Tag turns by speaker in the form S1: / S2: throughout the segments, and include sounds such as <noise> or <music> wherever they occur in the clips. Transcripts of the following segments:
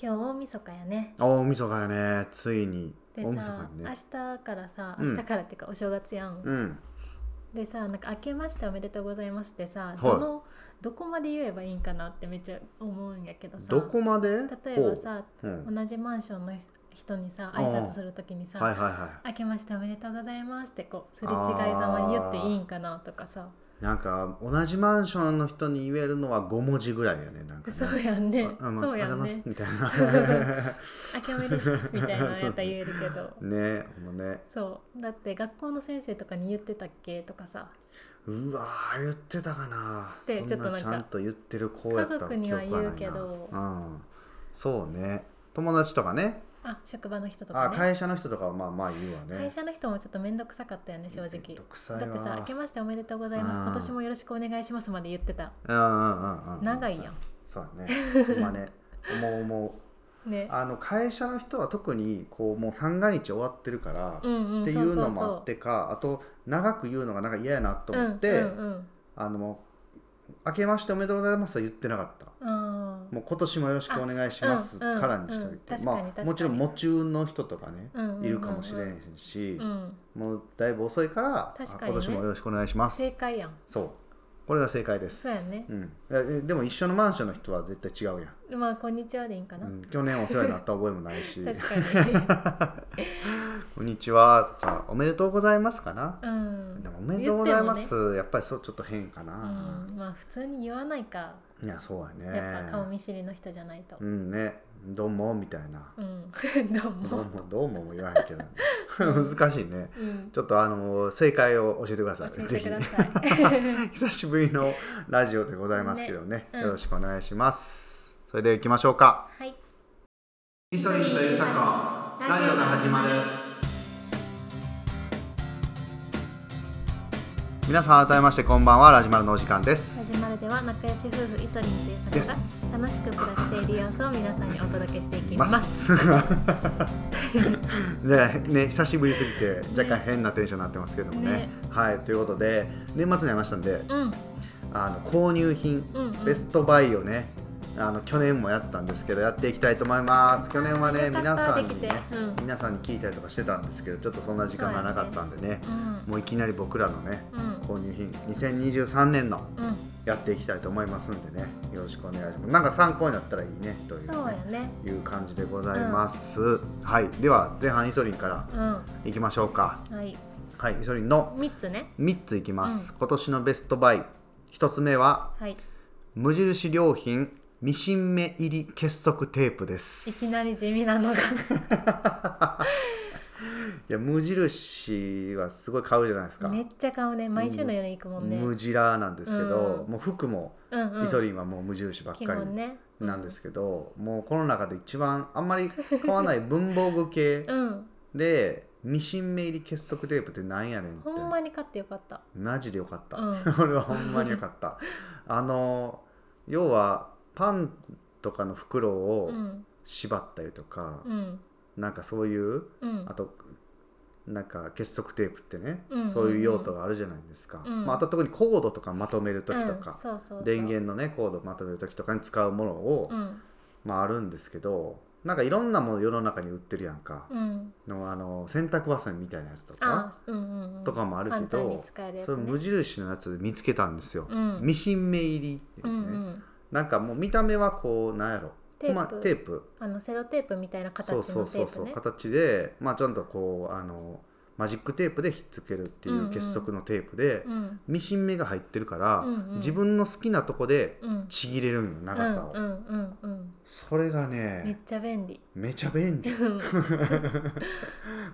S1: 今日大晦日やね
S2: 大晦日やねついに
S1: で
S2: 大晦日
S1: さ、
S2: に
S1: 明
S2: ね
S1: 日からさ
S2: うん
S1: 明日からっていうかお正月やん、
S2: うん
S1: でさなんか「明けましておめでとうございます」ってさ、
S2: い
S1: どのどこまで言えばいいんかなってめっちゃ思うんやけどさ
S2: どこまで
S1: 例えばさ
S2: ほううん
S1: 同じマンションの人にさ
S2: あ
S1: 挨
S2: ー
S1: 拶するときにさ、
S2: はいはいは
S1: 明けましておめでとうございます」ってこうすれ違いざまに言っていいんかなとかさ
S2: いなんか同じマンションの人に言えるのは5文字ぐらいやねなんかね
S1: そうやんね
S2: ああまあ
S1: そう
S2: あり
S1: や
S2: がと
S1: ん
S2: うござい
S1: ね
S2: ますみたいな
S1: そうそうそう「明けおめです」みたいなのやったら言えるけ
S2: <laughs>
S1: ど
S2: ねほんまね
S1: そうだって学校の先生とかに言ってたっけとかさ
S2: うわー言ってたかな
S1: で
S2: そん
S1: ちょっとなん
S2: な
S1: か
S2: ちゃんと言ってる子やった
S1: 家族には言うけど
S2: 記憶はないなうん、そうね友達とかね
S1: あ職場の人と
S2: あ
S1: かね
S2: 会社の人とかはまあまあ言うわね
S1: 会社の人もちょっと面倒くさかったよね正
S2: めん
S1: 直
S2: どくさい
S1: だ
S2: わ
S1: ってさ「明けましておめでとうございます
S2: うん
S1: 今年もよろしくお願いします」まで言ってた
S2: うんうんうんうん
S1: 長いやん
S2: そうだねほんまね思う思う
S1: ね
S2: あの会社の人は特にこうもう三が日終わってるから、
S1: うんうん
S2: ってい
S1: そうそううそ
S2: の
S1: う
S2: もあってかあと長く言うのがなんか嫌やなと思って、
S1: うんうん
S2: あのもう「明けましておめでとうございます」は言ってなかった
S1: うんうん
S2: もう今年もよろしくお願いします
S1: あうん
S2: からにしておいて、
S1: うんうん確かに
S2: ま
S1: 確か
S2: あ、
S1: に
S2: もちろん夢中の人とかね、
S1: うんうんうんうん
S2: いるかもしれんし、
S1: うん
S2: もうだいぶ遅いから
S1: 確かにね
S2: あ今年もよろしくお願いします
S1: 正解やん
S2: そうこれが正解です
S1: そうやね
S2: んいやえでも一緒のマンションの人は絶対違うやん
S1: まあこんにちはでいいんかな、
S2: うん、去年お世話になった覚えもない
S1: <laughs>
S2: し
S1: 確
S2: <laughs>
S1: か
S2: 「こんにちは」とか「おめでとうございます」かな
S1: に、う、ん、
S2: でも「おめでとうございま
S1: 言っ
S2: す
S1: て」
S2: やっぱりそうちょっと変か
S1: もね、
S2: な、
S1: うん、まあ普通に言わないか
S2: いやそうやね
S1: やっぱ顔見知りの人じゃないと
S2: うんね「どうも」みたいな
S1: うん <laughs> どうも
S2: 「どうもどうも」も言わへんけど、 <laughs> 難しいね
S1: うん
S2: ちょっとあの正解を教えてくだ
S1: 教
S2: さい
S1: え
S2: ぜ
S1: て
S2: ひ
S1: ください <laughs>
S2: 久しぶりのラジオでございますけどね
S1: うん
S2: よろしくお願いしますそれでは行きましょうか
S1: はい
S2: イソリンとエルサコ
S1: ラジオが始まる
S2: 皆さん改めましてこんばんはラジマルのお時間で
S1: ラ
S2: す
S1: ジマルでは仲良し夫婦イソリンという
S2: で
S1: 作
S2: す
S1: が楽しく暮らしている様子を皆さんにお届けしていきます
S2: す <laughs> ねね久しぶりすぎて若干変なテンションになってますけどもね
S1: ね
S2: はいということで年末になりましたんで
S1: うん
S2: あの購入品、
S1: うんうん
S2: ベストバイをねあの去年もやったんですけどやっていきたいと思います去年はね
S1: よかった
S2: 皆さんに
S1: で
S2: ね
S1: きてうん
S2: 皆さんに聞いたりとかしてたんですけどちょっとそんな時間がなかったんでね
S1: うん
S2: もういきなり僕らのね
S1: うん
S2: 購入品2023年の
S1: うん
S2: やっていきたいと思いますんでねよろしくお願いしますなんか参考になったらいいねという,、
S1: そうやね
S2: いう感じでございます、はいでは前半イソリンから
S1: う
S2: いきましょうか
S1: んはい
S2: はいイソリンの
S1: 三つね
S2: 3ついきます、今年のベストバイ1つ目は
S1: はい
S2: 無印良品ミシン目入り結束テープで
S1: い
S2: す
S1: きなり地味なのが
S2: いや無印はすごい買うじゃないですか、
S1: <laughs> めっちゃ買うね毎週のように行くもんね
S2: 無地ラなんですけど、
S1: うん
S2: もう服も、
S1: うんうん
S2: イソリンはもう無印ばっ
S1: 基
S2: か
S1: 本
S2: り
S1: ね
S2: なんですけど、もうこの中で一番あんまり買わない文房具系
S1: <laughs> うん
S2: でミシン目入り結束テープってなんやねんって
S1: ほんまに買ってよかった
S2: マジでよかった、
S1: うん
S2: <laughs> 俺はほんまによかった
S1: <laughs>
S2: あの要はパンとかの袋を
S1: うん
S2: 縛ったりとか、
S1: うん
S2: なんかそういう
S1: うん
S2: あとなんか結束テープってね、
S1: うんうんうん
S2: そういう用途があるじゃないですか、
S1: うん
S2: まあ、あと特にコードとかまとめる時と
S1: うん
S2: か、
S1: そうそうそう
S2: 電源のねコードまとめる時とかに使うものを、
S1: うん
S2: まあ、あるんですけどなんかいろんなもの世の中に売ってるやんか、
S1: うん
S2: のあの洗濯バサミみたいなやつと
S1: あ
S2: か
S1: うんうんうん
S2: とかもあるけ
S1: 簡単に
S2: ど、
S1: 使えるやつ
S2: それ
S1: ね
S2: 無印のやつで見つけたんですよ、
S1: うん
S2: ミシン目入りっていううね、
S1: んうん
S2: なんかもう見た目はこうなんやろ
S1: テープ
S2: まあ、テープ
S1: あのセロテープみたいな形のテ
S2: そうそうそう
S1: ー
S2: そ
S1: プ
S2: う
S1: ね
S2: 形で、まあ、ちゃんとこうあのマジックテープでひっつけるってい
S1: ん
S2: う
S1: う
S2: うん結束のテープで、
S1: うん
S2: ミシン目が入ってるから、
S1: うんうん
S2: 自分の好きなとこで
S1: うん
S2: ちぎれるんよ長さを、
S1: うんうんうんうん
S2: それが
S1: めっ
S2: ね
S1: ちゃ便利
S2: めちゃ便利 <laughs>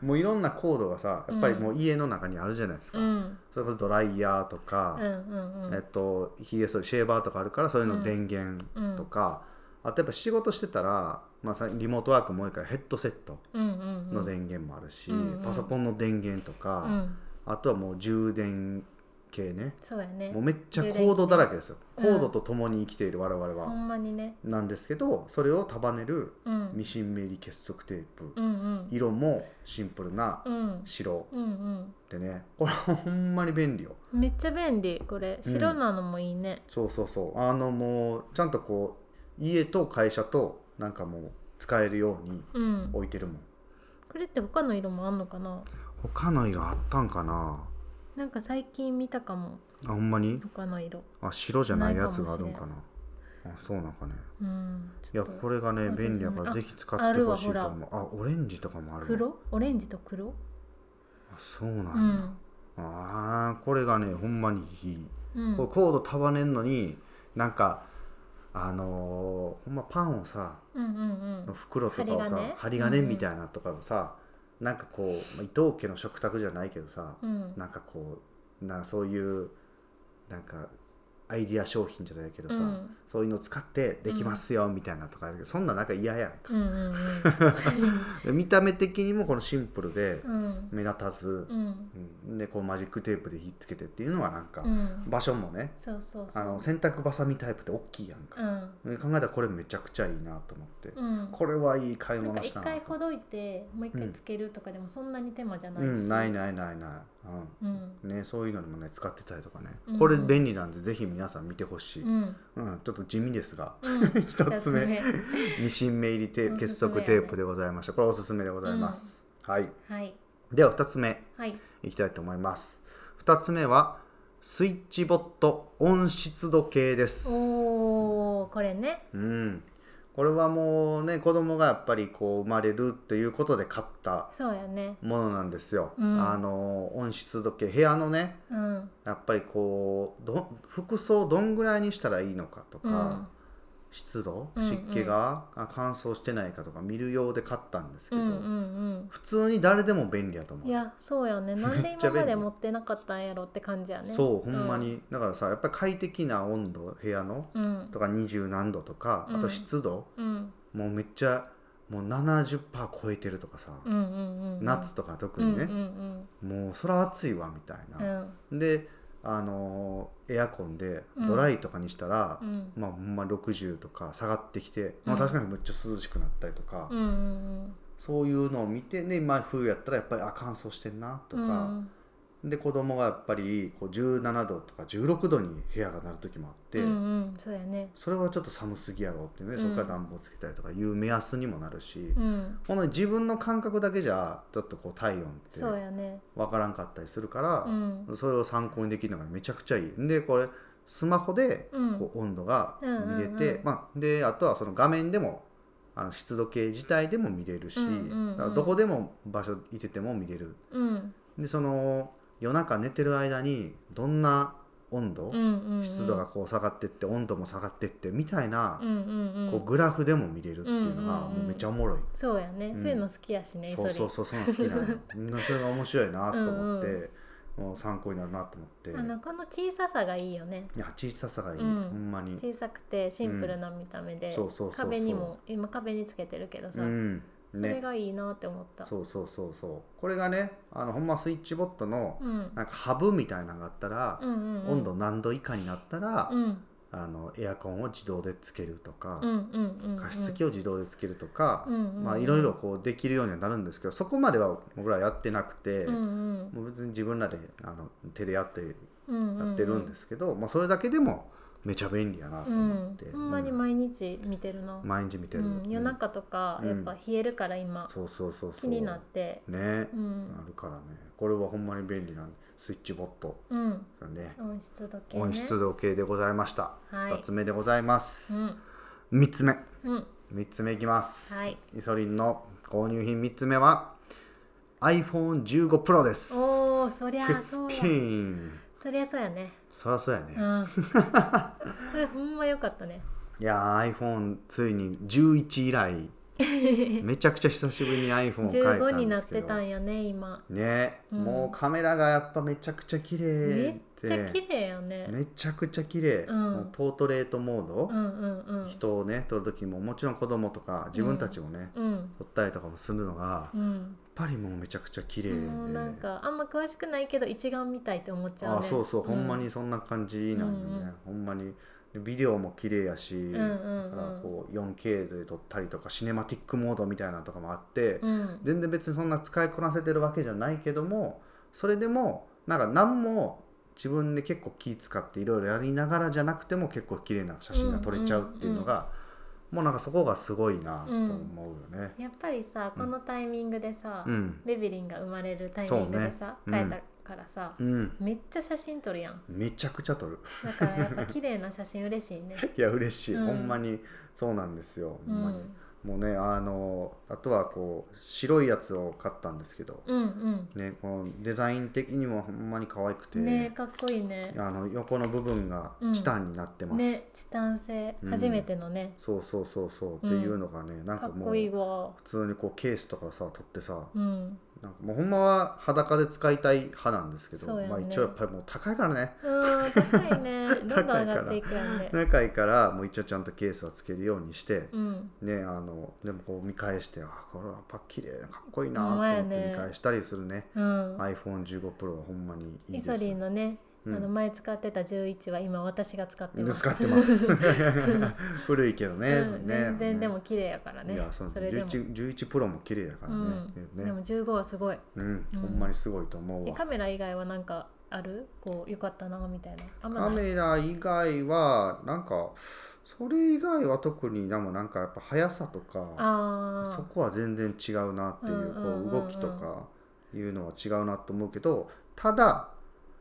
S2: もういろんなコードがさやっぱりもう家の中にあるじゃないですか、
S1: うんうん
S2: それこそドライヤーとか
S1: う、んうん
S2: えっと、ひげ剃りシェーバーとかあるからそういうの電源とか、あとやっぱ仕事してたら、まあ、さリモートワークも多いからヘッドセット、
S1: うんうん
S2: の電源もあるし、
S1: うんうん
S2: パソコンの電源と
S1: う
S2: か、
S1: ん
S2: あとはもう充電系ね
S1: そうやね
S2: もうめっちゃコードだらけですよ、
S1: うん
S2: コードと共に生きている我々
S1: ほ
S2: は、
S1: んまにね
S2: なんですけどそれを束ねる
S1: うん
S2: ミシン目入り結束テープ、
S1: うんうん
S2: 色もシンプルな
S1: うん
S2: 白
S1: うん
S2: でねこれほんまに便利よ
S1: うんめっちゃ便利これ
S2: うん
S1: 白なのもいいね
S2: そうそうそうあのもうちゃんとこう家と会社となんかもう使えるように
S1: うん
S2: 置いてるもん
S1: これって他の色もあんのかな
S2: 他の色あったんかな
S1: なんか最近見たかも
S2: あほんまに
S1: 他の色
S2: あ白じゃないやつがあるんかなあそうなんかね
S1: うん
S2: い
S1: ちょ
S2: や
S1: っと
S2: これがね
S1: おすすめ
S2: 便利だから
S1: あ
S2: ぜひ使ってほしい
S1: ある
S2: と
S1: わ
S2: 思うあオレンジとかもあるわ
S1: 黒オレンジと黒
S2: あそうなんや、
S1: うん
S2: あーこれがねほんまにいい、
S1: うん
S2: これコード束ねんのになんかあのーほんまパンをさ
S1: うんうんうん
S2: 袋とかをさ針金,、
S1: 針金
S2: みたいなとかをさ、なんかこうまあ伊藤家の食卓じゃないけどさ、
S1: うん
S2: なんかこうなそういうなんかアイディア商品じゃないけどさ、
S1: うん
S2: そういうの使ってできますよみたいなとかあるけど、そんななんか嫌やんか、
S1: うんうん
S2: で見た目的にもこのシンプルで
S1: うんうん
S2: 目立たず
S1: う、ん
S2: うんでこうマジックテープでひっつけてっていうのはなんか、
S1: うん
S2: 場所もね
S1: そうそうそう
S2: あの洗濯ばさみタイプって大きいやん
S1: う
S2: か、
S1: ん
S2: で考えたらこれめちゃくちゃいいなと思って、
S1: うん
S2: これはいい買い
S1: なんか
S2: 物し
S1: 一
S2: た
S1: 回
S2: と
S1: ほどいてもう一
S2: う
S1: 回
S2: ん
S1: つけるとかでもそんなに手間じゃな
S2: う
S1: いし、
S2: んないないないない、
S1: うん
S2: うんね、そういうのにもね使ってたりとかね、
S1: うん
S2: これ便利なんでぜひ皆さん見てほしい、う
S1: うんん
S2: ちょっと地味ですが <laughs>
S1: うん一
S2: 一つ目ミシン目入りテープ
S1: おす
S2: 結
S1: すめ
S2: 束テープでございましたこれおすすめでございます、はい
S1: はい
S2: では2つ目
S1: はい
S2: いきたいと思います2つ目はスイッチボット温湿度計です
S1: おーこれね
S2: うん、これはもうね子供がやっぱりこう生まれるということで買った
S1: そうやね
S2: ものなんですよ。
S1: うん
S2: あの温湿度計部屋のね
S1: うん
S2: やっぱりこうど服装どんぐらいにしたらいいのかとか、
S1: うん
S2: 湿度
S1: うんうん
S2: 湿気が、あ乾燥してないかとか見るようで買ったんですけ
S1: うん
S2: ど、
S1: うん
S2: 普通に誰でも便利やと思
S1: うん
S2: う。
S1: いやそうやねなん
S2: <laughs> め
S1: で
S2: っちゃ
S1: 今
S2: 便利
S1: まで持ってなかったんやろって感じやね
S2: そうほんまに、だからさやっぱり快適な温度部屋の
S1: うん
S2: とか20何度とか、あと湿度
S1: うん
S2: もうめっちゃもう70%超えてるとかさ、
S1: うんうんうんうん
S2: 夏とか特にね、
S1: うんうん
S2: もうそら暑いわみたい
S1: うんう
S2: な、
S1: ん
S2: であのーエアコンで
S1: うん
S2: ドライとかにしたら、
S1: うん
S2: まあ、ほんま60とか下がってきて、まあ、
S1: うん
S2: 確かにむっちゃ涼しくなったりとか、
S1: うんうん
S2: そういうのを見てで、まあ、冬やったらやっぱりあ乾燥してんなとか、で子供がやっぱりこう17度とか16度に部屋がなる時もあって、
S1: うんうんそうやね
S2: それはちょっと寒すぎやろってね、そこから暖房つけたりとかいう目安にもなるし、
S1: うん
S2: ほんのに自分の感覚だけじゃちょっとこう体温って
S1: そうやね
S2: わからんかったりするから
S1: う、ん
S2: それを参考にできるのがめちゃくちゃいいでこれスマホで
S1: うん
S2: こう温度が見れて、
S1: うんうんうん
S2: まあ、であとはその画面でもあの湿度計自体でも見れるし、
S1: うんうんうん
S2: だからどこでも場所いてても見れる
S1: うん
S2: でその夜中寝てる間にどんな温
S1: う
S2: 度、
S1: んうんうん
S2: 湿度がこう下がってって温度も下がってってみたいな
S1: う、んうんうん
S2: こうグラフでも見れるっていうのが
S1: うんうんうん
S2: もうめっちゃおもろい、
S1: そうやね、
S2: うん
S1: そういうの好きやしね
S2: そうそうそうそういうの好きなの
S1: <laughs>
S2: うんそれが面白いなと思って
S1: うん
S2: もう参考になるなと思って
S1: それあのこの小ささがいいよね
S2: いや小ささがいい、
S1: うん
S2: ほんまに
S1: 小さくてシンプルな見た目
S2: うん
S1: で
S2: そうそうそうそう
S1: 壁にも今壁につけてるけどさ、
S2: うん
S1: それ
S2: ね
S1: がいいなって思った
S2: そうそうそうそうこれがねあのほんまスイッチボットの
S1: うん
S2: なんかハブみたいなのがあったら、
S1: うんうんうん
S2: 温度何度以下になったら、
S1: うん
S2: あのエアコンを自動でつけるとか、
S1: うんうんうんうん
S2: 加湿器を自動でつけるとか、
S1: うんうんうん
S2: まあいろいろこうできるようにはなるんですけどそこまでは僕らやってなくて、
S1: うんうん
S2: もう別に自分らであの手でやって
S1: うんうん
S2: やってるんですすけど、まあ、それだけでもめちゃ便利やなと
S1: う
S2: 思っ
S1: ん
S2: て、、
S1: ほんまに
S2: うん
S1: 毎日見てるな、
S2: 毎日見て
S1: う
S2: る、
S1: ん、夜
S2: うん
S1: 中とか
S2: うん
S1: やっぱ冷えるから今、
S2: そうそうそうそう
S1: 気になって
S2: ね、
S1: うん
S2: あるからねこれはほんまに便利なスイッチボット
S1: うん
S2: がね
S1: 温湿度計、ね、
S2: 温湿度計でございました、
S1: はい
S2: 2つ目でございます、
S1: うん
S2: 3つ目
S1: うん
S2: 3つ目いきます、
S1: はい
S2: イソリンの購入品3つ目は iPhone15Pro です
S1: おおそりゃそうや
S2: 15
S1: そりゃそうやね
S2: そらそうやね、
S1: うん
S2: <laughs>
S1: これほんま良かったね
S2: いやー iPhone ついに11以来
S1: <laughs>
S2: めちゃくちゃ久しぶりに iPhone を変えたんですけど
S1: 15になってたんやね今
S2: ね、
S1: うん
S2: もうカメラがやっぱめちゃくちゃ綺
S1: め
S2: 麗
S1: っ
S2: で
S1: ちゃ綺麗やね
S2: めちゃくちゃ綺麗、
S1: うん
S2: もうポートレートモード
S1: う、んうんうん
S2: 人をね撮る時ももちろん子供とか自分たちもね、
S1: うん
S2: 撮ったりとかもするのが、や
S1: う
S2: っ
S1: ん
S2: ぱりもうめちゃくちゃ綺麗で、
S1: もうなんかあんま詳しくないけど一眼みたいって思っちゃう
S2: あ
S1: ね
S2: そうそう、ほんま
S1: う
S2: にそんな感じなんよね、ほんまにビデオも綺麗やし、
S1: んうん
S2: だからこう 4K で撮ったりとかシネマティックモードみたいなのとかもあって、
S1: うん
S2: 全然別にそんな使いこなせてるわけじゃないけどもそれでもなんか何も自分で結構気使っていろいろやりながらじゃなくても結構綺麗な写真が撮れちゃうっていうのが、もうなんかそこがすごいなと思うよね。
S1: やっぱりさこのタイミングでさ、
S2: うん、
S1: ベビリンが生まれるタイミングでさ、
S2: そうね
S1: 変えたからさ、
S2: うん、
S1: めっちゃ写真撮るやん
S2: めちゃくちゃ撮る。 <laughs>
S1: だからやっぱ綺麗な写真嬉しいね
S2: いや嬉しい、
S1: うん
S2: ほんまにそうなんですよ。
S1: う
S2: <laughs> ほんまに
S1: ん
S2: もうねあのあとはこう白いやつを買ったんですけど、
S1: うん
S2: ねこのデザイン的にもほんまに可愛く
S1: う
S2: て、
S1: んねえかっこいいね
S2: あの横の部分が
S1: うん
S2: チタンになってます。
S1: ねチタン製
S2: うん
S1: 初めてのね、
S2: そうそうそうそう、って
S1: うん
S2: いうのがねなん
S1: か
S2: か
S1: っ
S2: もう
S1: こいいわ
S2: 普通にこうケースとかさ取ってさ、 <laughs>
S1: うん
S2: なんかもうほんまは裸で使いたい派なんですけど、
S1: そうやね
S2: まあ一応やっぱりもう高いからね
S1: うん高いねどんどん
S2: 高
S1: 上
S2: いから
S1: がっていくやんね
S2: 高いからもう一応ちゃんとケースはつけるようにして、
S1: うん
S2: ねあのでもこう見返してあこれはやっぱ綺麗かっこいいなと
S1: ほんまや
S2: 思っ
S1: ね
S2: て見返したりするね
S1: うん、
S2: iPhone15Pro はほんまにいい
S1: イ
S2: です
S1: ソリンのね、
S2: うん
S1: あの前使ってた11は今私が使ってます
S2: 使ってます
S1: <laughs>
S2: 古いけどね,、
S1: うん
S2: ね
S1: 全然でも綺麗やからね
S2: いやそう
S1: それでも、
S2: 11, 11プロも綺麗やから
S1: う
S2: ね,、
S1: ん
S2: ね
S1: でも15はすごい
S2: うん、
S1: うん
S2: ほんまにすごいと思う
S1: え
S2: わ
S1: カメラ以外はなんかあるこうよかったなみたいなあんま
S2: カ
S1: ない
S2: メラ以外はなんかそれ以外は特になんもなんかやっぱ速さとか
S1: あ
S2: そこは全然違うなっていう,、
S1: うんうんうんうん
S2: こう動きとかいうのは違うなと思うけどただ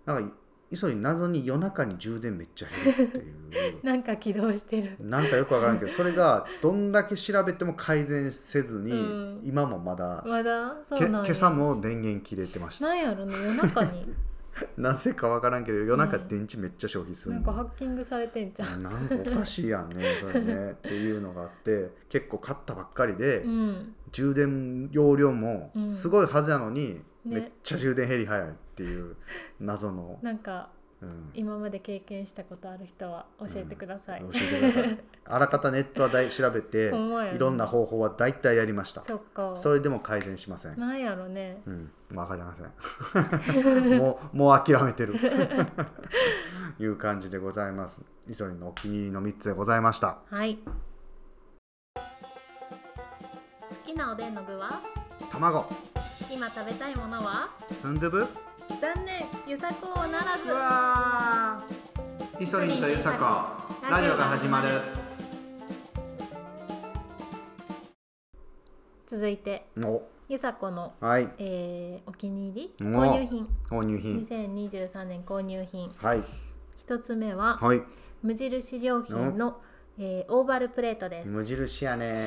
S2: なんか磯に謎に夜中に充電めっちゃ減るってい
S1: <laughs>
S2: う
S1: あなんか起動してる
S2: なんかよくわからんけどそれがどんだけ調べても改善せずに、
S1: うん
S2: 今もまだ、
S1: まだそう
S2: け
S1: なんや
S2: 今朝も電源切れてました
S1: なんやろね夜中に
S2: <laughs> なぜかわからんけど夜中
S1: うん
S2: 電池めっちゃ消費する
S1: な
S2: の
S1: んかハッキングされてんじゃん
S2: なんかおかしいやん
S1: <laughs>
S2: ねそれねっていうのがあって結構買ったばっかりで、
S1: うん
S2: 充電容量も
S1: うん
S2: すごいはずやのに、めっ
S1: ね
S2: ちゃ充電減り早いっていう謎の、
S1: なんか
S2: うん、
S1: 今まで経験したことある人は教えてください、
S2: 教えてくださいあらかたネットはだい調べ
S1: <laughs>
S2: て
S1: ほんまやね
S2: いろんな方法は大体やりました
S1: そっか
S2: それでも改善しません
S1: なんやろね
S2: うん、わかりませ
S1: <laughs>
S2: んもうもう諦めてるいう感じでございます以上のお気に入りの3つでございました
S1: はい好きなおでんの具は
S2: 卵
S1: 今食べたいものは
S2: スンドゥブ
S1: 残念ゆさこうならず
S2: うわーイソリンとユサコラジオが始まる
S1: 続いて
S2: お
S1: ゆさこの、
S2: はい
S1: えーお気に入り
S2: お
S1: 購入品
S2: 購入品
S1: 2023年購入品
S2: はい
S1: 一つ目は
S2: はい
S1: 無印良品の、えーオーバルプレートです
S2: 無印やね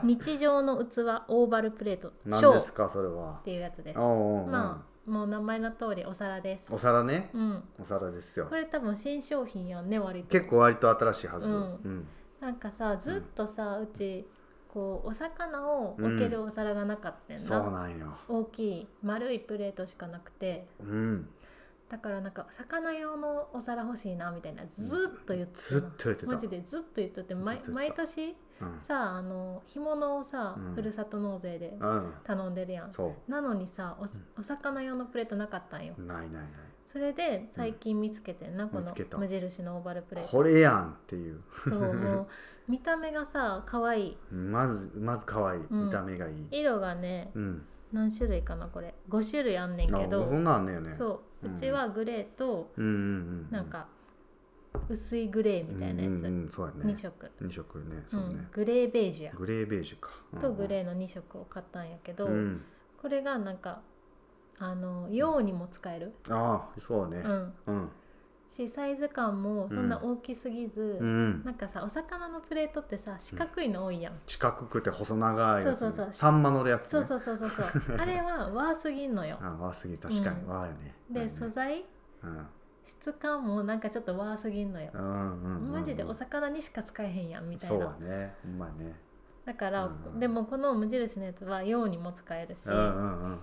S1: <laughs> 日常の器オーバルプレートショ
S2: 何で
S1: ー
S2: すかそれは
S1: っていうやつです
S2: おうおうおう
S1: まあもう名前の通りお皿です
S2: お皿ね
S1: うん
S2: お皿ですよ
S1: これ多分新商品やんね割と
S2: 結構割と新しいはず、
S1: うん
S2: うん
S1: なんかさずっとさ、うちこうお魚を置けるお皿がなかったよ
S2: そう
S1: な、
S2: なんよ
S1: 大きい丸いプレートしかなくて
S2: うん
S1: だからなんか魚用のお皿欲しいなみたいなずっと言ってた
S2: ずっと言ってた
S1: マジでずっと言っとって毎
S2: ずっと
S1: 毎
S2: 言った
S1: 年
S2: うん
S1: さあの干物をさ、
S2: うん
S1: ふるさと納税で
S2: うん
S1: 頼んでるやん
S2: そ
S1: なのにさおお魚用のプレートなかったんよ
S2: うないない
S1: それで最近見つけてんな、こ
S2: 見つけた
S1: の無印のオーバルプレ
S2: ない
S1: ート
S2: これやんっていう
S1: そうもう見た目がさ可愛い
S2: まずまず可愛い
S1: ん
S2: 見た目がいい
S1: 色がね
S2: うん
S1: 何種類かなこれ5種類あんねん
S2: あ
S1: け
S2: そ
S1: ど
S2: んなんあんねよね
S1: そう
S2: うん
S1: うちはグレーと
S2: うんうんうん
S1: なんか薄いグレーみたいなや
S2: うんうん
S1: つ
S2: うんそうやね
S1: 2色
S2: 二色ね
S1: う
S2: そうね
S1: んグレーベージュや
S2: グレーベージュか
S1: とグ
S2: ー
S1: レーの2色を買ったんやけど
S2: うん
S1: これがなんかあの用にも使える
S2: ああそうね
S1: うん
S2: うん
S1: しサイズ感もそんな大きすぎず
S2: うん
S1: なんかさお魚のプレートってさ四角いの多いやん
S2: 近くて細長いやつ
S1: そうそうそう
S2: サンマのやつね
S1: そうそうそうそうそう
S2: <laughs>
S1: あれは和すぎんのよ
S2: あわあすぎる確かに
S1: うん
S2: わあやね
S1: で素材
S2: うん
S1: 質感もなんかちょっと和すぎんのよ
S2: うんうんうん
S1: マジでお魚にしか使えへんやんみたい
S2: そう
S1: な
S2: やねほんまあね
S1: だから、
S2: うん
S1: でもこの無印のやつは用にも使えるし、
S2: うんうんうんうんうんうん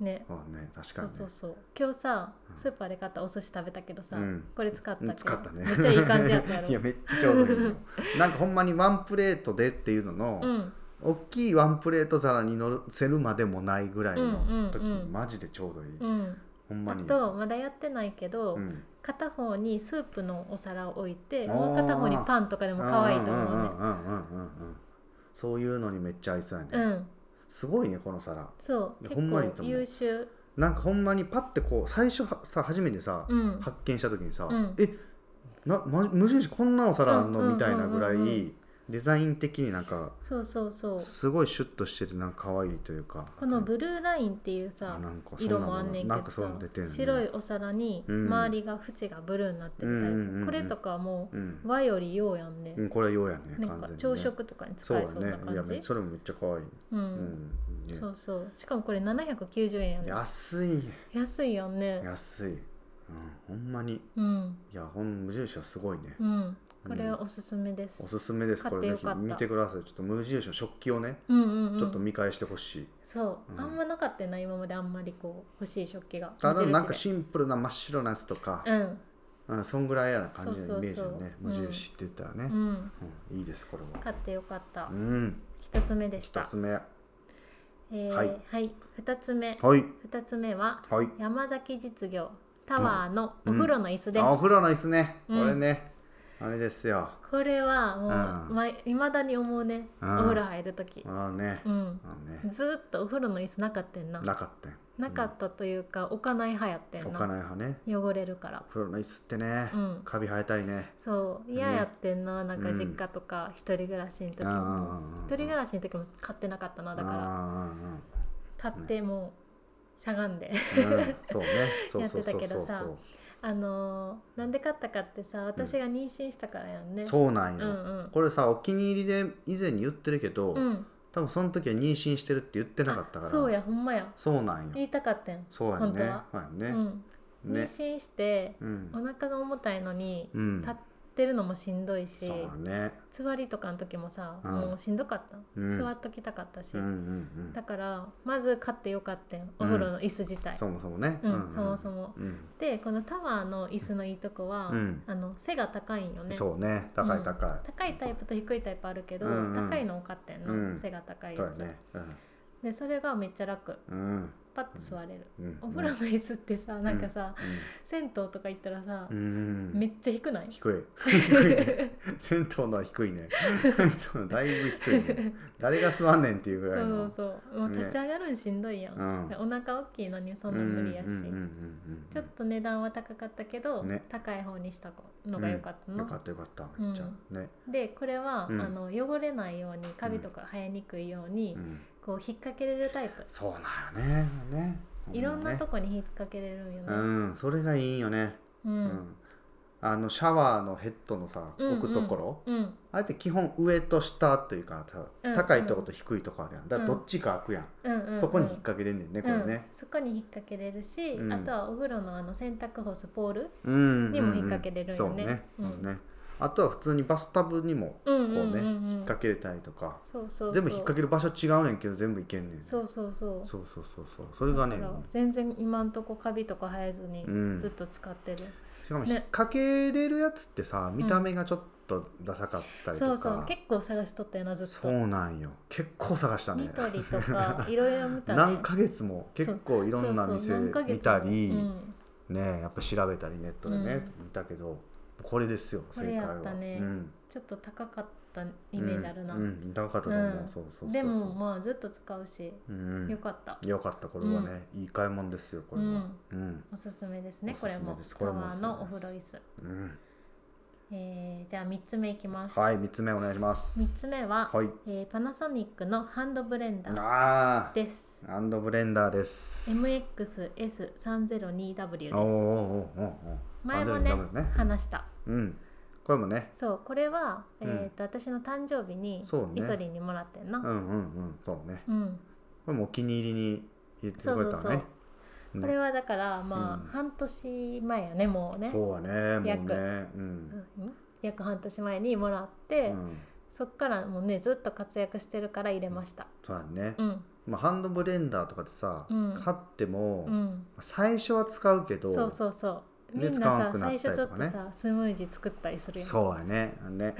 S1: ね
S2: そうね確か
S1: そう
S2: にね
S1: そうそう今日さ
S2: うん
S1: スーパーで買ったお寿司食べたけどさ、
S2: うん
S1: これ使ったけど
S2: 使ったね
S1: めっちゃいい感じやったやろ
S2: <laughs> いやめっちゃちょうどいいよなんかほんまにワンプレートでっていうのの、
S1: うん
S2: 大きいワンプレート皿に乗せるまでもないぐらいの時、
S1: うんうんうん
S2: マジでちょうどいい、
S1: うん
S2: ほんま
S1: あ
S2: に
S1: とまだやってないけど、
S2: うん
S1: 片方にスープのお皿を置いて
S2: あー
S1: もう片方にパンとかでも可愛いと思うね
S2: んんうんうんうんうんそういうのにめっちゃ合いそうやね、
S1: うん
S2: すごいねこの皿
S1: そう
S2: いやほんまに
S1: 結
S2: と
S1: 構
S2: 思う
S1: 優秀
S2: なんかほんまにパッてこう最初はさ初めてさ、
S1: うん
S2: 発見した時にさ、
S1: うん
S2: えなま無印こんなお皿あんの、
S1: うん
S2: みたいなぐらい、
S1: うんうんうんう
S2: デザイン的になんか
S1: そうそうそう
S2: すごいシュッとしててなんか可愛いというか
S1: このブルーラインっていう
S2: あ
S1: さ
S2: なんかそんな
S1: 色
S2: の
S1: もあんねんけ
S2: なん
S1: ど
S2: かそういう
S1: さ
S2: の出てんね
S1: 白いお皿に
S2: うん
S1: 周りが縁がブルーになってるタイプ、
S2: うんうんうんうん
S1: これとかはも
S2: うん
S1: う和より洋やんね、
S2: うん、これはようやね
S1: なんか
S2: 完全
S1: 朝
S2: にね
S1: 食とかに使
S2: そう
S1: え
S2: だ
S1: そうな
S2: ねい
S1: 感
S2: や
S1: じ
S2: めそれもめっちゃ可愛い、
S1: う
S2: うん
S1: ん、
S2: ね
S1: そうそうしかもこれ790円やね
S2: 安い
S1: 安いよね
S2: 安い、うん、ほんまに
S1: うん
S2: いやほん無印はすごいね、
S1: うんこれはおすすめです、
S2: おすすめです
S1: 買
S2: こ
S1: っ
S2: れ
S1: て
S2: ぜ
S1: よ
S2: ひ
S1: かった
S2: 見てくださいちょっと無印の食器をね、
S1: うんうんうん
S2: ちょっと見返してほしい
S1: そう、
S2: うん
S1: あんまなかったよな今まであんまりこう欲しい食器が
S2: ただ
S1: 無印で
S2: なんかシンプルな真っ白なやつとか、
S1: うん
S2: うん、そんぐらいやな感じ
S1: そう
S2: の
S1: そうそう
S2: イメージのね無印って言ったらね、
S1: うん
S2: うんいいですこれは
S1: 買ってよかった
S2: うん
S1: 一つ目でし
S2: 一
S1: た
S2: つ目は
S1: えー
S2: は
S1: はいい、二つ目
S2: い
S1: 二つ目は
S2: はい
S1: 山崎実業タワーのお風呂の椅子です、
S2: あお風呂の椅子ね、
S1: うん
S2: これねあれですよ
S1: これはもう、
S2: うん
S1: まいまだに思うね、
S2: うん
S1: お風呂入る時
S2: ああね、
S1: うん、
S2: ああね
S1: ずーっとお風呂の椅子なかったんな
S2: なかったよ
S1: なかったというか置かない派やって
S2: 置
S1: ん
S2: か
S1: な
S2: ない派ね
S1: 汚れるから
S2: お風呂の椅子ってね、
S1: うん
S2: カビ生えたりね
S1: そう嫌やってんななんか
S2: うん
S1: 実家とか一人暮らしの時も
S2: ああ
S1: 一人暮らしの時も買ってなかったなだから立ってもうしゃがんで <laughs>
S2: ら、うん、そうねそうそうそう
S1: やってたけ
S2: そ
S1: ど
S2: うそ
S1: さ
S2: う
S1: あのーなんで買ったかってさ私が妊娠したからやんね
S2: そうなん
S1: う
S2: よ、
S1: んうん
S2: これさお気に入りで以前に言ってるけど、
S1: うん
S2: 多分その時は妊娠してるって言ってなかったから
S1: そうやほんまや
S2: そうなんよ
S1: 言いたかったん
S2: そうや
S1: 本当
S2: ね
S1: は
S2: そうや
S1: う
S2: ね、
S1: ん妊
S2: ね
S1: 娠して
S2: うん
S1: お腹が重たいのに
S2: うん
S1: 立ってるのもしんどいし
S2: そうやね
S1: 座りとかの時もさ
S2: うん
S1: もうしんどかった
S2: うん
S1: 座っときたかったし
S2: うんうん
S1: だからまず買ってよかったんお風呂の椅子自
S2: うん
S1: 体
S2: そもそもね、
S1: うんそもそも
S2: うん
S1: でこのタワーの椅子のいいとこは
S2: うん
S1: あの背が高いんよね
S2: そうね高
S1: う
S2: い
S1: ん
S2: 高い、
S1: 高いタイプと低いタイプあるけど、
S2: うんうん
S1: 高いのを買ってんの、
S2: うん
S1: 背が高い
S2: そう
S1: や
S2: や
S1: つ、
S2: ね
S1: でそれがめっちゃ楽
S2: うんうん
S1: パッと座れる、
S2: うん
S1: お風呂の椅子ってさなんかさ、
S2: う
S1: 銭湯とか行ったらさ、
S2: ん、うん
S1: めっちゃ低ない
S2: 低い低いね <laughs> 銭湯のは低いね
S1: <laughs>
S2: 銭湯のだいぶ低いね誰が座んねんっていうぐ
S1: そ
S2: らいの
S1: うそうもう
S2: ね
S1: 立ち上がるんしんどいやん、
S2: うん
S1: でお腹大きいのにそんなん無理やし、
S2: うんうんうんうんうん
S1: ちょっと値段は高かったけど、
S2: ね
S1: 高い方にしたのが良かったの、
S2: よかったよかっためっちゃ、ね、
S1: でこれは、
S2: うん
S1: あの汚れないようにカビとか生えにくいように、
S2: うん、
S1: こう引っ掛けれるタイプ、
S2: そうなんよねね
S1: いろんなと
S2: こ、
S1: こに引っ掛けれるんよね、
S2: うんそれがいいよね
S1: う
S2: うん、
S1: ん
S2: あのシャワーのヘッドのさ
S1: うんうん
S2: 置くところ、
S1: うん
S2: あれって基本上と下というかさ
S1: うん
S2: 高いとこと低いとこあるやんだからどっちか開くやん、
S1: うんうんうん、
S2: そこに引っ掛けれんねんね、これ
S1: うん
S2: ね、
S1: そこに引っ掛けれるし、
S2: うん
S1: あとはお風呂のあの洗濯干すポール
S2: うんうんうん
S1: にも引っ掛けれるんよ
S2: そうね
S1: ね,、
S2: う
S1: うん
S2: ん、ねあとは普通にバスタブにも
S1: うん
S2: こう
S1: うんうんう
S2: ね、
S1: ん
S2: 引っ掛けれたりとか
S1: そうそうそう
S2: 全部引っ掛ける場所違うねんけど全部いけんねん
S1: そうそうそう
S2: そうそうそうそうそれがね
S1: だから全然今んとこカビとか生えずに
S2: うん
S1: ずっと使ってる、
S2: しかも
S1: ね
S2: 引っ掛けれるやつってさ、見た目がちょっとダサかったりとか、
S1: そうそう結構探しとったよなずっと
S2: そうなんよ結構探したね
S1: ニトリと
S2: <laughs>
S1: か <laughs> いろいろ見たね
S2: 何ヶ月も結構いろんな
S1: そう
S2: 店
S1: そう何ヶ月も
S2: 見たり
S1: うん
S2: ねやっぱ調べたりネットでね、見たけどこれですよ
S1: これやったね
S2: うん、
S1: ちょっと高かったイメージあるな、
S2: うんうん高かったと思う、
S1: うん
S2: そうそうそうそう
S1: でもまあずっと使うし、
S2: うん、
S1: よかった
S2: よかったこれはね、いい買い物ですよこれはうん
S1: おすすめですね
S2: おすすめです
S1: これも
S2: これも
S1: タワーのお風呂椅子
S2: うん、
S1: えーじゃあ3つ目いきます、
S2: はい三つ目お願いします
S1: 3つ目は、
S2: はい
S1: えーパナソニックのハンドブレンダー
S2: あー
S1: です
S2: ハンドブレンダーです
S1: MXS302W です
S2: おーおーおーおーおー
S1: 前も
S2: ハ
S1: ね
S2: ンドブレンダーね
S1: 話した
S2: うんこれもね
S1: そうこれは、
S2: うん
S1: えー、と私の誕生日に
S2: そうね
S1: イソリンにもらってんな
S2: うんうんうんそうね
S1: うん、
S2: これもお気に入りに入れてくれた
S1: そうそう
S2: わね
S1: そこれ
S2: は
S1: はだからまあ、
S2: うん
S1: 半年前やねもうね
S2: そうはねもう
S1: 約
S2: ねうん、
S1: うん約半年前にもらっ
S2: う
S1: て、
S2: ん、
S1: そっからもうねずっと活躍してるから入れました
S2: そうだね、
S1: うん
S2: まあ、ハンドブレンダーとかってさ、
S1: うん
S2: 買っても、
S1: うん
S2: 最初は使うけど
S1: そうそうそうみ
S2: で
S1: んな
S2: 使わな
S1: さ
S2: くなっ
S1: 最
S2: たり
S1: 初ちょ
S2: と
S1: っ
S2: か
S1: と
S2: ね
S1: さスムージー作ったりするやんそ
S2: そうやねね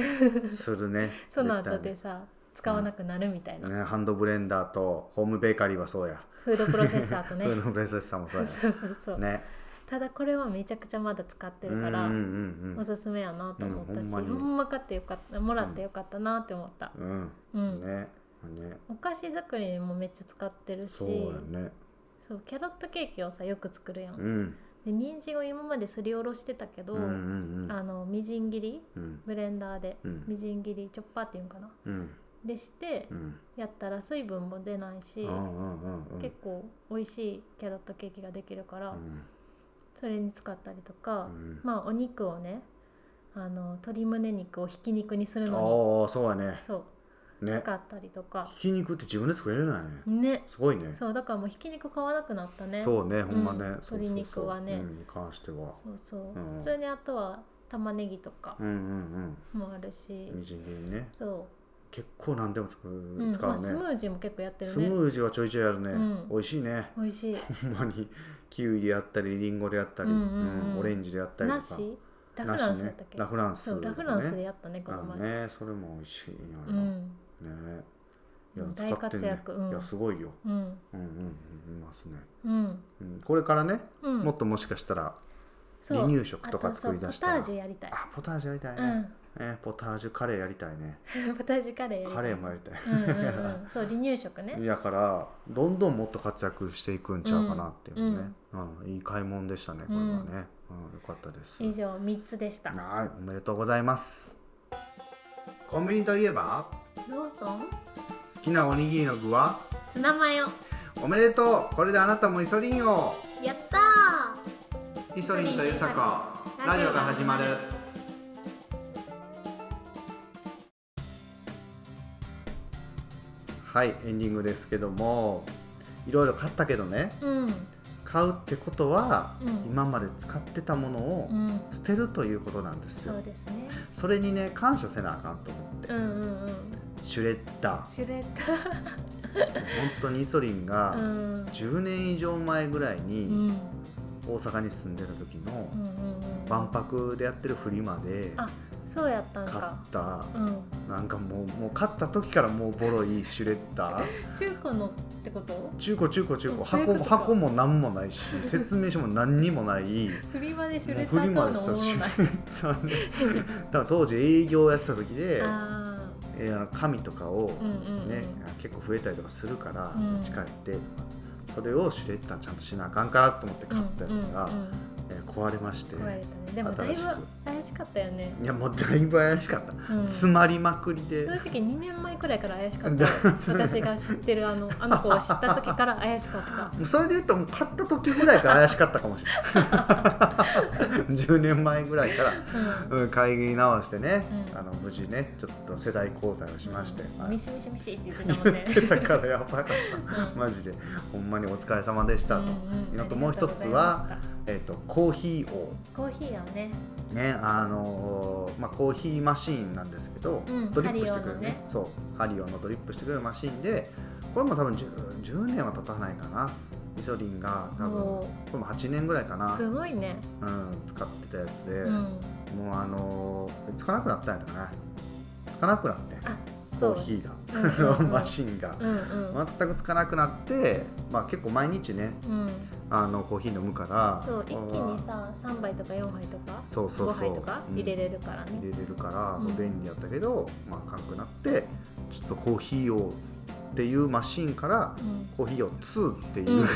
S2: す
S1: <laughs>
S2: るね
S1: の
S2: 絶対
S1: 後でさ使わなくなるみたいな、
S2: ねハンドブレンダーとホームベーカリーはそうや
S1: フードプロセッサーとね
S2: <laughs> フードプロセッサーもそう
S1: そうそうそ
S2: や
S1: う、
S2: ね
S1: ただこれはめちゃくちゃまだ使って
S2: う
S1: る
S2: ん
S1: か
S2: うん
S1: ら、
S2: う
S1: お
S2: ん
S1: すすめやなと思ったし、
S2: うんほ
S1: ほ
S2: んまに
S1: んま買ってよかったもらってよかったなって思った、
S2: うん
S1: うん
S2: ねね
S1: お菓子作りにもめっちゃ使ってるし
S2: そうやね
S1: そうキャロットケーキをさよく作るやん、
S2: うん
S1: で人参を今まですりおろしてたけど、
S2: うんうん
S1: あのみじん切り
S2: うんうん
S1: ブレンダーで
S2: うん
S1: みじん切りチョッパーっていうんかな
S2: うん
S1: でして
S2: うん
S1: やったら水分も出ないし、
S2: うんうんうんうん
S1: 結構美味しいキャロットケーキができるから、
S2: うん
S1: それに使ったりとか
S2: う、ん
S1: まあお肉をねあの鶏胸肉をひき肉にするの
S2: ああそうやね
S1: にそう、
S2: ね
S1: 使ったりとか
S2: ひき肉って自分で作れるのやね
S1: ね
S2: すごいね
S1: そうだからもうひき肉買わなくなったね
S2: そうねほんまね
S1: うん
S2: そうそうそう
S1: 鶏肉はね
S2: うんに関しては
S1: そうそう
S2: うん
S1: 普通にあとは玉ねぎとか
S2: うんうん
S1: もあるし、
S2: うんみじん切りね
S1: そ
S2: 結構何でも使う
S1: う、うん
S2: 使
S1: まあ、
S2: う
S1: スム
S2: ね
S1: ージーも結構やってる
S2: ス
S1: ね
S2: ムージーはちょいちょいやるね
S1: うん
S2: 美味しいね
S1: 美味しい
S2: ほんまにキウイであったりリンゴであったり
S1: うんうんうん
S2: うんオレンジであったりと
S1: な
S2: か
S1: しラフランスだ
S2: ね
S1: ったっけ、
S2: ラフラン
S1: そ
S2: ス
S1: うラ
S2: と
S1: フ
S2: か
S1: ランスで
S2: ね
S1: やったねこ
S2: あ
S1: の
S2: の
S1: 前、
S2: ねそれも美味しいよ
S1: う
S2: ね
S1: ん
S2: ねいや
S1: うん
S2: 使ってんね
S1: 大活躍うん
S2: いやすごいよ
S1: うん
S2: うんうんうんいますね
S1: うん
S2: うんこれからね
S1: うん
S2: もっともしかしたら
S1: そう
S2: 離乳食とか作り出した
S1: あ
S2: ら
S1: とそうポタージュやりたい、
S2: あポタージュやりたいね、えーポタージュカレーやりたいね
S1: うん <laughs> ポタージュカレーやりたい
S2: カレーもやりた
S1: うんうんうんそう離乳食ね
S2: いだからどんどんもっと活躍していくんちゃうかなっていうね、うんいい買い物でしたねこれはね、うんよかったです
S1: 以上3つでした
S2: はいおめでとうございますコンビニといえば
S1: ローソン
S2: 好きなおにぎりの具は
S1: ツナマヨ
S2: おめでとうこれであなたもイソリンを
S1: やったー
S2: イソリンとユサコラジオが始まるはいエンディングですけどもいろいろ買ったけどね
S1: うん
S2: 買うってことは、
S1: うん
S2: 今まで使ってたものを
S1: うん
S2: 捨てるということなんですよ
S1: そうですね
S2: それにね感謝せなあかんと思って、
S1: うんうんうん
S2: シュレッダ
S1: シュレッダ
S2: ー本当にイソリンが、
S1: ーうん
S2: 10年以上前ぐらい
S1: うんうん
S2: に大阪に住んでた時の
S1: うんうん
S2: 万博でやってるフリマで
S1: あそうやったん
S2: 買っ
S1: か
S2: た
S1: うん
S2: なんかもうもう買った時からもうボロいシュレッダー
S1: 中古のってこと
S2: 中古中古中古
S1: そういうこ
S2: 箱
S1: と
S2: も
S1: か
S2: 箱も何もないし説明書も何にもないも
S1: フリマでシュレ
S2: う
S1: ッダ
S2: フリ
S1: ー
S2: マ
S1: 買う
S2: で
S1: の
S2: さ
S1: も
S2: シ
S1: な
S2: ュレッダーね
S1: <laughs>
S2: だから当時営業やってた時で、
S1: あ
S2: えーあの紙とかを
S1: ーうんうんうん
S2: ね、結構増えたりとかするから
S1: うん
S2: 持ち帰ってとか、それをシュレッダーちゃんとしなあかんからと思って買ったやつが、
S1: うんうんうん
S2: えー壊れまして
S1: 壊れたねでもだいぶ
S2: 新しく
S1: 怪しかったよね、
S2: いやもうだいぶ怪しかった、
S1: うん、
S2: 詰まりまくりで
S1: 正直2年前くらいから怪しかっ
S2: だ <laughs>
S1: た私が知ってるあのあの子を知った時から怪しかった
S2: もうそれで言うともう買った時ぐらいから怪しかったかもしれない
S1: <laughs>
S2: 10年前ぐらいから、
S1: うん
S2: うん、会議直してね、
S1: うん
S2: あの無事ねちょっと世代交代をしまして、
S1: うん
S2: はい
S1: ミシミシミシって言って
S2: 言
S1: たもんね
S2: ってたからやばかっ
S1: う
S2: た
S1: ん
S2: マジでほんまにお疲れ様でしたと、
S1: うんうん
S2: あともう一つ
S1: ありが
S2: は
S1: とうございまし
S2: えー、とコーヒーを
S1: たコーヒーをね
S2: ねあのーまあ、コーヒーマシーンなんですけど、
S1: うん
S2: ドリップしてくれる
S1: ハ
S2: ね
S1: リオのね
S2: そうハリオのドリップしてくれるマシーンでこれも多分 10, 10年は経たないかなイソリンが多分
S1: おー
S2: これも8年ぐらいかな、う
S1: すごいね、
S2: ん、使ってたやつで、
S1: うん、
S2: もうあのーつかなくなったんやったかなつかなくなって
S1: あそう
S2: コーヒーが、
S1: うんうんうん
S2: <laughs> マシーンが、
S1: うんうん、
S2: 全くつかなくなって、まあ、結構毎日ね
S1: うん、
S2: あのコーヒー飲むから
S1: そう一気にさ3杯とか4杯とか
S2: そうそ
S1: 5
S2: うそう
S1: 杯とか
S2: うん
S1: 入れれるからね
S2: 入れれるから
S1: うん
S2: 便利やったけど、まあ、かんくなってちょっとコーヒーをっていうマシンから
S1: うん
S2: コーヒーを2っていう、
S1: うんうんうん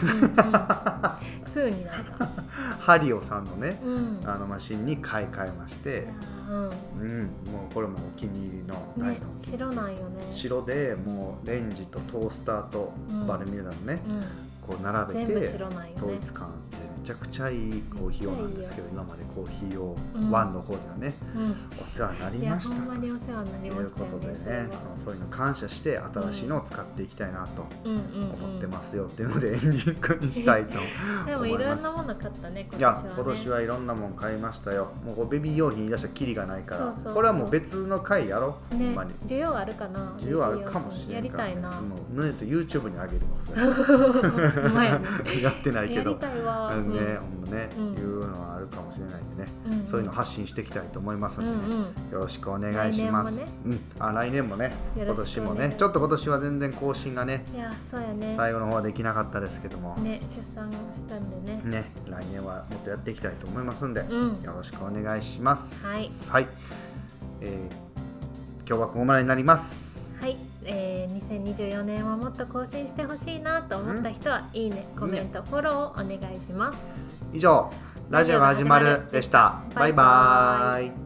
S1: 2になった
S2: <laughs> ハリオさんのね
S1: うん
S2: あのマシンに買い替えまし
S1: い
S2: て
S1: や、ーうん
S2: うん、もうこれもお気に入りの大
S1: ね
S2: の、、
S1: 白なんよね。
S2: 白でもうレンジとトースターと
S1: うん
S2: バルミューダのね、
S1: うん、
S2: こう並べ
S1: 全
S2: て、
S1: 部白なんよ
S2: 統
S1: ね。
S2: 一感でめちゃくちゃいいコーヒーをなんですけど今までコーヒーを
S1: うん
S2: ワンの方にはね、
S1: う、
S2: お世話になんり
S1: いや、
S2: まし
S1: ほ
S2: た
S1: んま
S2: と
S1: にお世話にな
S2: と
S1: り
S2: い
S1: ま
S2: う
S1: した
S2: こ
S1: よ
S2: と
S1: ね
S2: で。
S1: それ
S2: ね
S1: は
S2: あのそういうの感謝して新しいのを使っていきたいなと
S1: うんうんうん、
S2: 思ってますよっていうのでエンディングにし
S1: <laughs>
S2: たいと
S1: でも
S2: 思
S1: い
S2: い
S1: ろ
S2: ま
S1: ん
S2: す
S1: な。もの買ったね、今年
S2: い
S1: は
S2: や
S1: ね。
S2: 今年はいろんなもん買いましたよもうこうベビー用品言い出したらキリがないから
S1: そうそうそう
S2: これはもう別の回やろほん
S1: ね
S2: まに、
S1: 需要あるかな。
S2: 需要あるかもしれ
S1: や
S2: な
S1: り
S2: いから、
S1: た
S2: ね、
S1: いな。
S2: もう胸と YouTube に上げるわそれ
S1: <laughs> ほんまやね
S2: <laughs> やってないけ
S1: やり
S2: ど
S1: たいわ。
S2: うん
S1: うん
S2: ね、ほんまね、
S1: うん
S2: いうのはあるかもしれないんでね、
S1: うん
S2: そういうの発信していきたいと思います
S1: う
S2: の
S1: ん
S2: でね、
S1: うん、
S2: よろしくお願いします。うん、あ来年もね、
S1: よ
S2: 今
S1: ろし
S2: 年
S1: くお
S2: も
S1: 願いします
S2: ね、ちょっと今年は全然更新がね、
S1: いや、そうやね。
S2: 最後の方はできなかったですけども、ね
S1: ね、出産したんでね。
S2: 来年はもっとやっていきたいと思いますんで、よ
S1: うん、
S2: ろしくお願いします。
S1: はい
S2: えー今日はここまでになります。
S1: はい、えー、2024年はもっと更新してほしいなと思った人は、いいね、コメント、フォローをお願いします。
S2: 以上、ラジオが始まるでした。バイバーイ